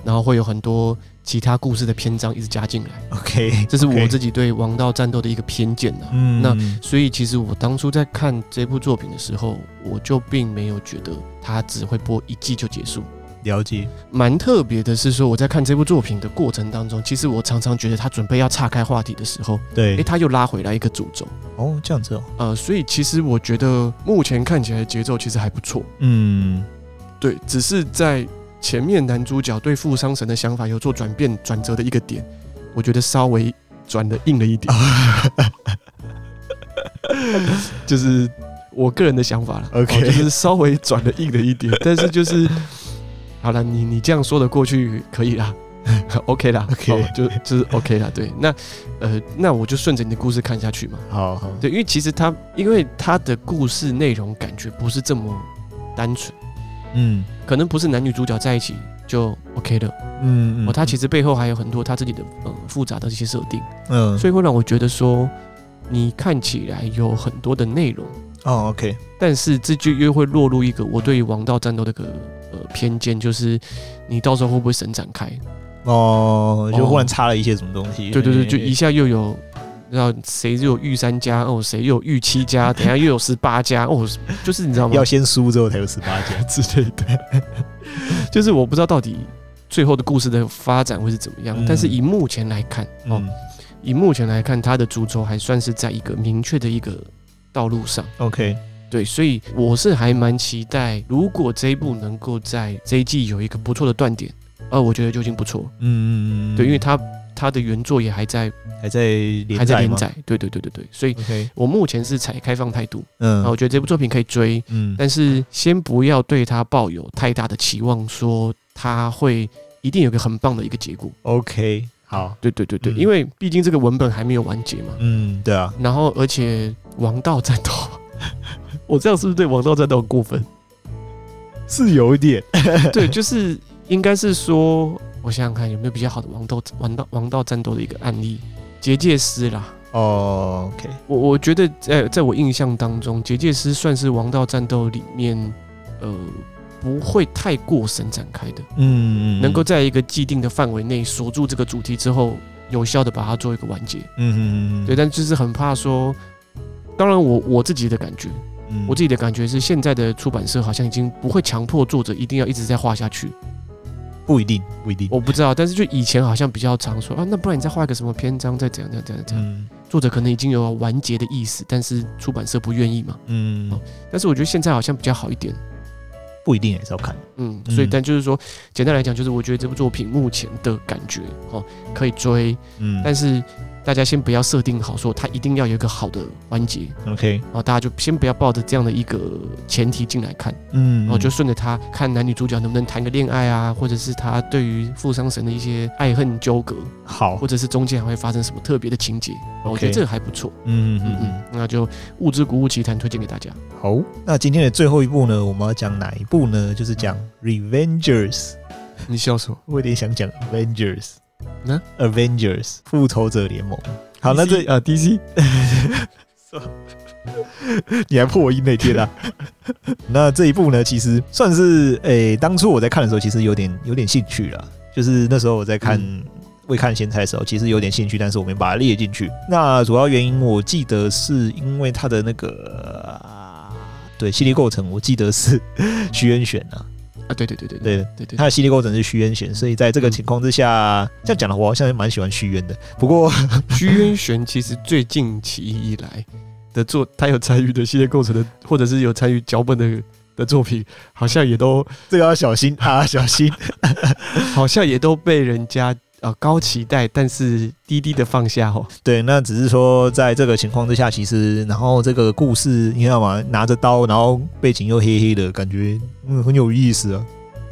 S1: 然后会有很多其他故事的篇章一直加进来，
S2: OK，
S1: 这是我
S2: 啊 OK
S1: 自己对王道战斗的一个偏见啊。
S2: 嗯
S1: 那所以其实我当初在看这部作品的时候，我就并没有觉得它只会播一季就结束。
S2: 了解
S1: 蛮特别的是说，我在看这部作品的过程当中，其实我常常觉得他准备要岔开话题的时候，
S2: 对
S1: 诶，他又拉回来一个主轴。
S2: 哦这样子哦
S1: 呃，所以其实我觉得目前看起来节奏其实还不错。
S2: 嗯
S1: 对，只是在前面男主角对富商神的想法有做转变转折的一个点，我觉得稍微转的硬了一点，就是我个人的想法了。
S2: OK
S1: 哦就是稍微转的硬了一点，但是就是好了，你你这样说得过去可以啦。OK 啦
S2: OK
S1: 哦就就是 OK 啦，对，那呃，那我就顺着你的故事看下去嘛，
S2: 好好
S1: 对，因为其实他，因为他的故事内容感觉不是这么单纯，
S2: 嗯
S1: 可能不是男女主角在一起就 OK 了。
S2: 嗯
S1: 哦，他其
S2: 实
S1: 实背后还有很多他自己的呃复杂的一些设定，
S2: 嗯
S1: 所以会让我觉得说，你看起来有很多的内容，
S2: 哦 OK
S1: 但是这就又会落入一个我对于王道战斗的一个呃偏见，就是你到时候会不会神展开？
S2: 哦，就
S1: 哦
S2: 忽然插了一些什么东西，
S1: 对对对，
S2: 哎
S1: 就一下又有。然后谁又有御三家哦，谁又有御七 家，等一下又有十八家哦，就是你知道吗？
S2: 要先输之后才有十八家之类的，
S1: 就是我不知道到底最后的故事的发展会是怎么样，
S2: 嗯
S1: 但是以目前来看，哦，
S2: 嗯
S1: 以目前来看，它的主轴还算是在一个明确的一个道路上，
S2: OK
S1: 对，所以我是还蛮期待，如果这一部能够在这一季有一个不错的断点，呃，我觉得就已经不错，
S2: 嗯嗯嗯，
S1: 对，因为它它的原作也还在
S2: 还在连
S1: 还在连
S2: 吗
S1: 载，对对对对对，所以
S2: OK
S1: 我目前是采开放态度，
S2: 嗯
S1: 啊，我觉得这部作品可以追，
S2: 嗯
S1: 但是先不要对它抱有太大的期望，说它会一定有个很棒的一个结果。
S2: OK 好
S1: 对对对对，
S2: 嗯
S1: 因为毕竟这个文本还没有完结嘛。
S2: 嗯对啊
S1: 然后，而且王道战斗， 我这样是不是对王道战斗很过分？
S2: 是有一点
S1: 对，就是应该是说，我想想看有没有比较好的王道王道王道战斗的一个案例，结界师啦。
S2: 哦 OK
S1: 我我觉得在在我印象当中，结界师算是王道战斗里面，呃，不会太过神展开的。
S2: 嗯嗯
S1: 能够在一个既定的范围内锁住这个主题之后，有效的把它做一个完结。
S2: 嗯嗯嗯
S1: 对，但就是很怕说，当然我我自己的感觉，
S2: 嗯
S1: 我自己的感觉是现在的出版社好像已经不会强迫作者一定要一直在画下去，
S2: 不一定不一定
S1: 我不知道，但是就以前好像比较常说啊，那不然你再画一个什么篇章，再怎样怎样怎样怎样，
S2: 嗯
S1: 作者可能已经有完结的意思，但是出版社不愿意嘛。
S2: 嗯
S1: 但是我觉得现在好像比较好一点。
S2: 不一定也是要看
S1: 嗯，所以
S2: 嗯
S1: 但就是说，简单来讲，就是我觉得这部作品目前的感觉哦，可以追，
S2: 嗯
S1: 但是大家先不要设定好说它一定要有一个好的完结，
S2: OK
S1: 然后大家就先不要抱着这样的一个前提进来看，
S2: 嗯
S1: 然后就顺着他看男女主角能不能谈个恋爱啊，或者是他对于富商神的一些爱恨纠葛，
S2: 好
S1: 或者是中间还会发生什么特别的情节，我觉得这个还不错。
S2: 嗯
S1: 嗯
S2: 嗯嗯
S1: 嗯，那就《物之古物奇谭》推荐给大家。
S2: 好那今天的最后一步呢我们要讲哪一步呢就是讲 Revengers
S1: 你笑什么？
S2: 我有点想讲 Avengers，
S1: 嗯
S2: a v e n g e r s 复仇者联盟。好，那这
S3: 啊，DC
S2: 你还破我音那天啊？那这一部呢，其实算是诶、当初我在看的时候，其实有点有点兴趣了。就是那时候我在看、未看先猜的时候，其实有点兴趣，但是我没把它列进去。那主要原因我记得是因为它的那个、对系列构成，我记得是 徐恩选啊，
S1: 啊，对对对对
S2: 对，
S1: 对对
S2: 他，的犀利构成是虚渊弦，所以在这个情况之下，这样讲的话，我好像也蛮喜欢虚渊的。不过，
S1: 徐渊玄其实最近期以来的作，他有参与的系列构成的，或者是有参与脚本的的作品，好像也都
S2: 这个要小心啊，小心！
S1: 好像也都被人家呃高期待，但是低低的放下哦。
S2: 对，那只是说，在这个情况之下，其实然后这个故事，你知道吗？拿着刀，然后背景又黑黑的，感觉嗯很有意思啊。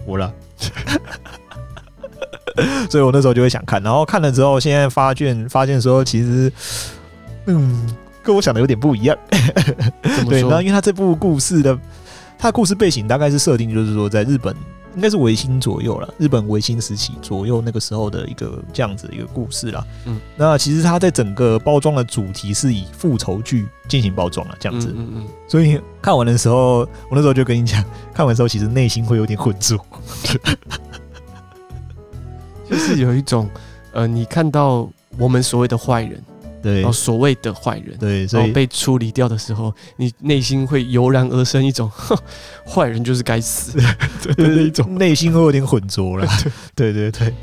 S2: 我了， 所以我那时候就会想看，然后看了之后，现在发现发现说，其实嗯跟我想的有点不一样。
S1: 怎么
S2: 对，然后
S1: 说？
S2: 因为他这部故事的，他的故事背景大概是设定就是说，在日本应该是维新左右了，日本维新时期左右那个时候的一个这样子的一个故事啦。
S1: 嗯，
S2: 那其实他在整个包装的主题是以复仇剧进行包装了，这样子。
S1: 嗯嗯
S2: 所以看完的时候，我那时候就跟你讲，看完之后其实内心会有点混浊。
S1: 嗯，就是有一种呃，你看到我们所谓的坏人，
S2: 对
S1: 然后所谓的坏人。
S2: 对，所
S1: 然后
S2: 以
S1: 被处理掉的时候，你内心会油然而生一种，哼，坏人就是该死 的那一种。
S2: 内心会有点混浊 了。对对对。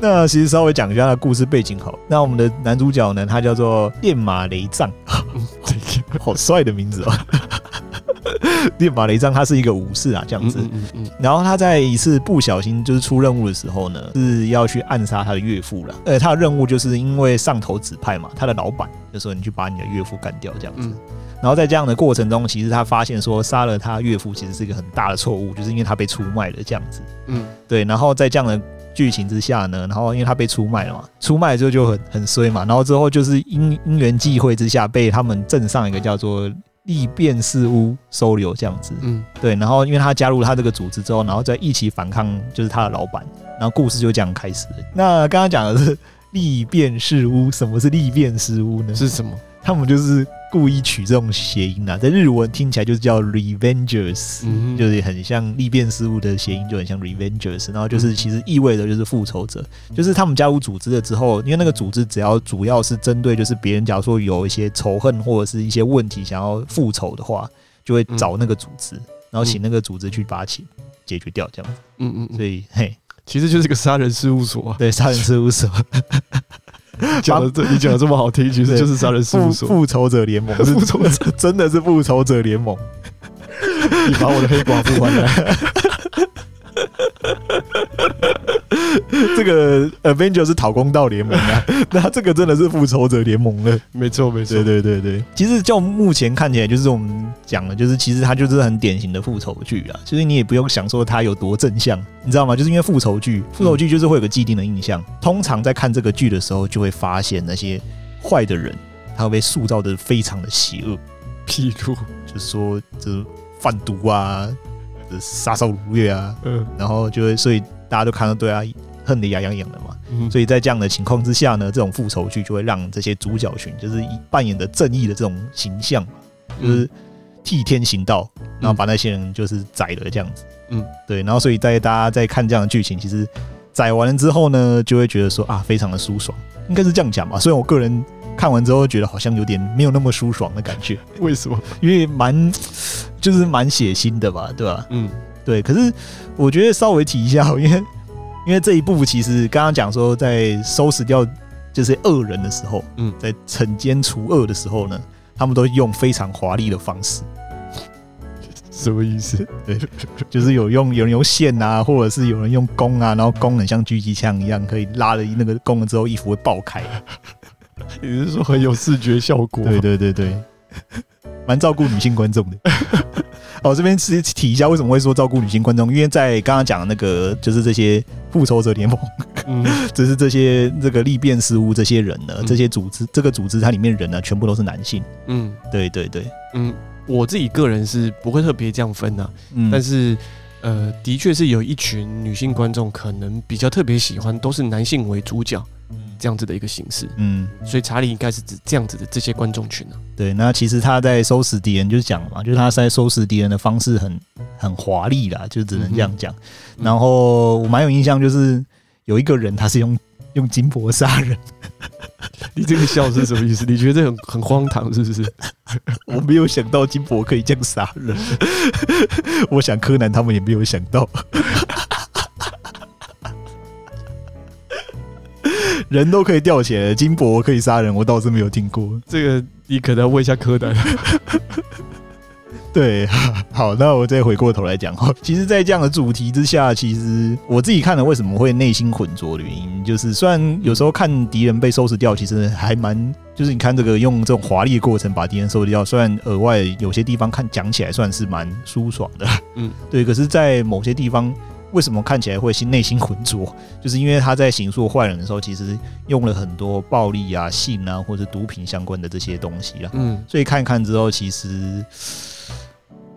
S2: 那其实稍微讲一下他故事背景好了。那我们的男主角呢，他叫做电马雷 藏，
S1: 嗯这个
S2: 好帅的名字哦。 电马雷藏他是一个武士啊，这样
S1: 嗯
S2: 子。
S1: 嗯嗯嗯，
S2: 然后他在一次不小心就是出任务的时候呢，是要去暗杀他的岳父了。呃，他的任务就是因为上头指派嘛，他的老板就说你去把你的岳父干掉这样子。
S1: 嗯
S2: 然后在这样的过程中，其实他发现说杀了他岳父其实是一个很大的错误，就是因为他被出卖了这样子。
S1: 嗯，
S2: 对，然后在这样的剧情之下呢，然后因为他被出卖了嘛，出卖了之后就很很衰嘛，然后之后就是因因缘际会之下被他们镇上一个叫做利变寺屋收留这样子，
S1: 嗯
S2: 对，然后因为他加入他这个组织之后，然后再一起反抗就是他的老板，然后故事就这样开始了。那刚刚讲的是利变寺屋，什么是利变寺屋呢？
S1: 嗯，是什么？
S2: 他们就是故意取这种谐音啊，在日文听起来就是叫 Revengers，、
S1: 嗯，
S2: 就是很像利变事物的谐音，就很像 Revengers，然后就是其实意味着就是复仇者，就是他们加入组织了之后，因为那个组织只要主要是针对就是别人，假如说有一些仇恨或者是一些问题想要复仇的话，就会找那个组织，然后请那个组织去把它解解决掉，这样子。
S1: 嗯嗯嗯，
S2: 所以嘿，
S1: 其实就是个杀人事务所啊、
S2: 对杀人事务所、
S3: 讲
S2: 啊
S3: 的这你讲的这么好听，其实就是杀人事务
S2: 复
S3: 所。
S2: 复仇者联盟，是
S3: 复仇者，
S2: 真的是复仇者联盟。
S3: 你把我的黑寡妇还来，
S2: 这个 Avenger 是讨公道联盟啊， 那这个真的是复仇者联盟了。
S3: 没错没错
S2: 对。对对对，其实就目前看起来，就是我们讲的，就是其实它就是很典型的复仇剧啊。就是你也不用想说它有多正向，你知道吗？就是因为复仇剧，复仇剧就是会有个既定的印象，通常在看这个剧的时候，就会发现那些坏的人，他会被塑造的非常的邪恶，
S3: 譬如，
S2: 就是说这贩毒啊，这杀烧如月啊，
S3: 嗯
S2: 然后就会所以大家都看到对他啊恨得牙痒痒的嘛。
S3: 嗯，
S2: 所以在这样的情况之下呢，这种复仇剧就会让这些主角群就是以扮演的正义的这种形象，
S1: 嗯
S2: 就是替天行道，然后把那些人就是宰了这样子。
S1: 嗯，
S2: 对。然后所以在大家在看这样的剧情，其实宰完了之后呢，就会觉得说啊，非常的舒爽，应该是这样讲吧。虽然我个人看完之后觉得好像有点没有那么舒爽的感觉，
S1: 嗯
S3: 为什么？
S2: 因为蛮就是蛮血腥的吧，对吧、
S1: 嗯
S2: 对，可是我觉得稍微提一下哦，因为 因为这一部其实刚刚讲说，在收拾掉就是恶人的时候，
S1: 嗯
S2: 嗯，在惩奸除恶的时候呢，他们都用非常华丽的方式，
S3: 什么意 思？
S2: 就是有用有人用线啊，或者是有人用弓啊，然后弓很像狙击枪一样，可以拉了那个弓了之后，衣服会爆开。
S3: 你是说很有视觉效果？
S2: 对对对对， 蛮照顾女性观众的。 哦，这边其实提一下，为什么会说照顾女性观众？因为在刚刚讲的那个，就是这些复仇者联盟。
S1: 嗯
S2: 只是这些这个利变事务这些人呢，
S1: 嗯
S2: 这些组织这个组织它里面人呢，全部都是男性。
S1: 嗯
S2: 对对对，
S1: 嗯，我自己个人是不会特别这样分呐、
S2: 嗯
S1: 但
S2: 是
S1: 是呃，的确是有一群女性观众可能比较特别喜欢都是男性为主角这样子的一个形式，
S2: 嗯，
S1: 所以查理应该是指这样子的这些观众群啊。
S2: 对。那其实他在收拾敌人，就是讲了嘛，就是他在收拾敌人的方式很很华丽啦，就只能这样讲。
S1: 嗯
S2: 然后我蛮有印象，就是有一个人他是用用金箔杀人，
S3: 你这个笑是什么意思？你觉得很
S1: 很荒唐是不是？
S2: 我没 有想到金箔可以这样杀人，我想柯南他们也没有想到。 人都可以吊起来的，金箔可以杀人，我倒是没有听过。
S1: 这个你可能要问一下柯南。
S2: 对， 好，那我再回过头来讲哈。其实，在这样的主题之下，其实我自己看了为什么会内心浑浊的原因，就是虽然有时候看敌人被收拾掉，其实还蛮，就是你看这个用这种华丽的过程把敌人收拾掉，虽然额外有些地方看讲起来算是蛮舒爽的，
S1: 嗯，
S2: 对，可是，在某些地方。为什么看起来会心内心浑浊？就是因为他在刑诉坏人的时候，其实用了很多暴力啊、性啊，或者毒品相关的这些东西啦。
S1: 嗯，
S2: 所以看一看之后，其实，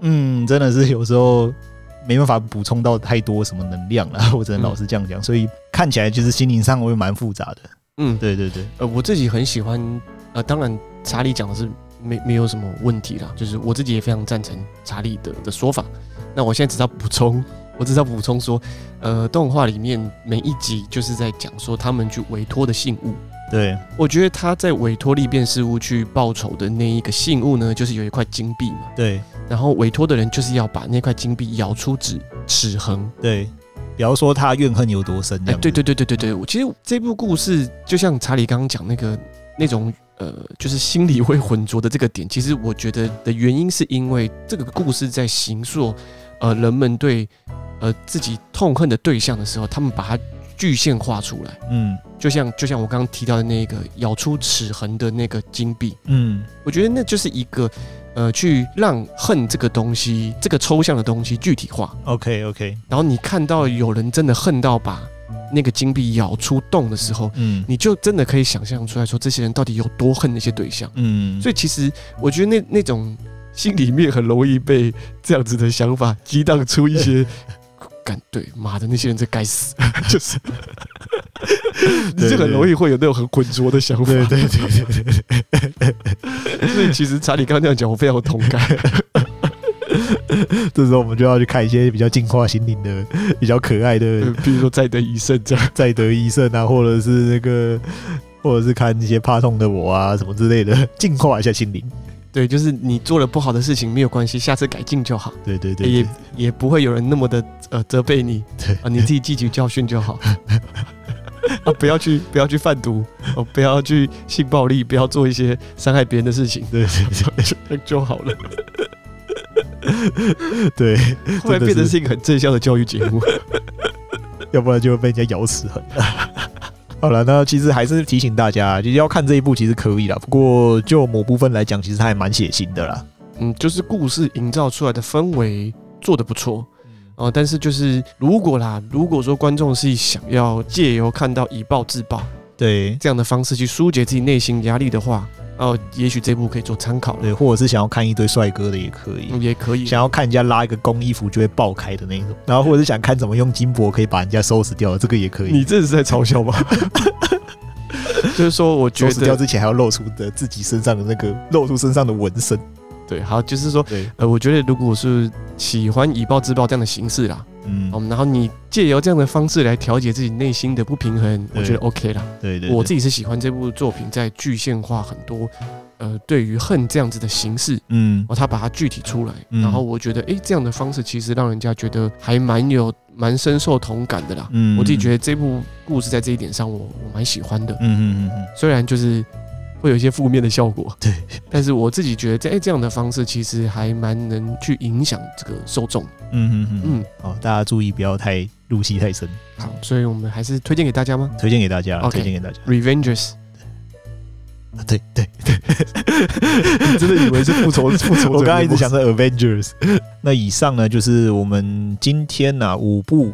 S2: 嗯，真的是有时候没办法补充到太多什么能量了。我只能老实这样讲，所以看起来就是心灵上会蛮复杂的。
S1: 嗯，
S2: 对对对，
S1: 呃，我自己很喜欢，呃，当然查理讲的是没没有什么问题啦，就是我自己也非常赞成查理的的说法。那我现在只要补充， 我只要补充说，呃，动画里面每一集就是在讲说他们去委托的信物。
S2: 对，
S1: 我觉得他在委托利变事务去报仇的那一个信物呢，就是有一块金币嘛，
S2: 对，
S1: 然后委托的人就是要把那块金币咬出指齿痕，
S2: 对。比方说他怨恨有多深，这
S1: 哎，
S2: 样子、
S1: 对对对对对对，我其实这部故事就像查理刚刚讲那个那种呃，就是心里会浑浊的这个点，其实我觉得的原因是因为这个故事在形塑呃人们对呃自己痛恨的对象的时候，他们把它具现化出来，
S2: 嗯
S1: 就像就像我刚刚提到的那个咬出齿痕的那个金币，
S2: 嗯，
S1: 我觉得那就是一个呃去让恨这个东西这个抽象的东西具体化，
S2: OK OK，
S1: 然后你看到有人真的恨到把那个金币咬出洞的时候，
S2: 嗯
S1: 你就真的可以想象出来说这些人到底有多恨那些对象。
S2: 嗯，
S1: 所以其实我觉得那那种心里面很容易被这样子的想法激荡出一 些。干对，妈的，那些人真该 死，就是你
S2: 对
S1: 就很
S2: 对
S1: 容易会有那种很浑浊的想法。
S2: 对对对对对对，
S1: 所以其实查理刚刚这样讲，我非常有同感。
S2: 这时候我们就要去看一些比较净化心灵的、比较可爱的
S1: 呃比如说再等一胜这样，
S2: 再得医生啊，或者是那个，或者是看一些怕痛的我啊什么之类的，净化一下心灵。
S1: 对，就是你做了不好的事情没有关系，下次改进就好。
S2: 对对对
S1: 也也不会有人那么的呃责备你
S2: 对
S1: 啊、你自己汲取教训就 好。啊，不要去不要去贩毒，哦，不要去性暴力，不要做一些伤害别人的事情，
S2: 对对
S1: 那就好了。
S2: 对对，
S1: 后来变成是一个很正向的教育节目。
S2: 要不然就会被人家咬齿痕。好了，那其实还是提醒大家，就是要看这一部其实可以啦，不过就某部分来讲，其实它还蛮血腥的啦。
S1: 嗯，就是故事营造出来的氛围做的不错。
S2: 嗯
S1: 哦、但是就是如果啦，如果说观众是想要借由看到以暴制暴
S2: 对
S1: 这样的方式去疏解自己内心压力的话，哦、也许这部可以做参考了，
S2: 对，或者是想要看一堆帅哥的也可以。
S1: 嗯也可以。
S2: 想要看人家拉一个公衣服就会爆开的那种，然后或者是想看怎么用金箔可以把人家收拾掉，这个也可以。
S1: 你这是在嘲笑吗？就是说，我觉
S2: 收拾掉
S1: 得
S2: 之前还要露出的自己身上的那个露出身上的纹身。
S1: 对，好，就是说，
S2: 对，
S1: 呃，我觉得如果是喜欢以暴制暴这样的形式啦，
S2: 嗯，
S1: 嗯，然后你借由这样的方式来调节自己内心的不平衡，
S2: 对
S1: 我觉得 OK 啦。
S2: 对对，
S1: 我自
S2: 己，
S1: 己是喜欢这部作品在具现化很多，呃，对于恨这样子的形式，
S2: 嗯
S1: 哦，他把它具体出来，
S2: 嗯
S1: 然后我觉得，诶，这样的方式其实让人家觉得还蛮有蛮深受同感的啦。
S2: 嗯
S1: 我自己觉
S2: 得，
S1: 得这部故事在这一点上我，我蛮喜欢的。
S2: 嗯嗯嗯嗯，
S1: 虽然就是会有一些负面的效果，
S2: 对，
S1: 但是我自己觉得这哎这样的方式其实还蛮能去影响这个受众，
S2: 嗯嗯嗯嗯，
S1: 嗯，
S2: 好，大家注意不要太入戏太深，
S1: 好，所以我们还是推荐给大家吗
S2: 推荐给大家，
S1: OK
S2: 推荐给大家。
S1: ？Revengers，
S2: 啊对 对，
S3: 你真的以为是复 仇复仇者？
S2: 我刚刚一直想，着 Avengers。那 以上呢，就是我们今天呢、五部。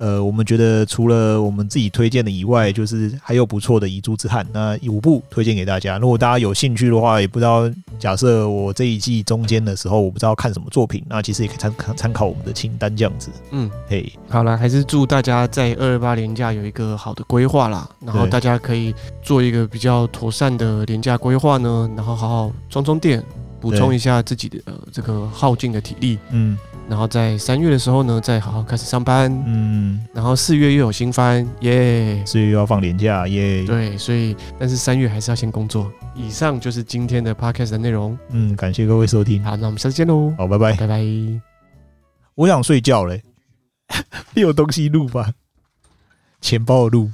S2: 呃，我们觉得除了我们自己推荐的以外，就是还有不错的《遗珠之憾》，那五部推荐给大家。如果大家有兴趣的话，也不知道假设我这一季中间的时候，我不知道看什么作品，那其实也可以参考参考我们的清单这样子。
S1: 嗯，
S2: 嘿，
S1: 好了，还是祝大家在二二八年假有一个好的规划啦，然后
S2: 对
S1: 大家可以做一个比较妥善的年假规划呢，然后好好充充电，补充
S2: 对
S1: 一下自己的呃这个耗尽的体力，
S2: 嗯
S1: 然后在三月的时候呢，再好好开始上班，
S2: 嗯，
S1: 然后四月又有新番，耶、
S2: 所以又要放年假耶。
S1: 对，所以但是三月还是要先工作。以上就是今天的 podcast 的内容。
S2: 嗯，感谢各位收听，
S1: 好，那我们下次见喽，
S2: 好，拜拜。
S1: 拜拜。
S2: 我想睡觉嘞，你有东西录吧？钱包的录。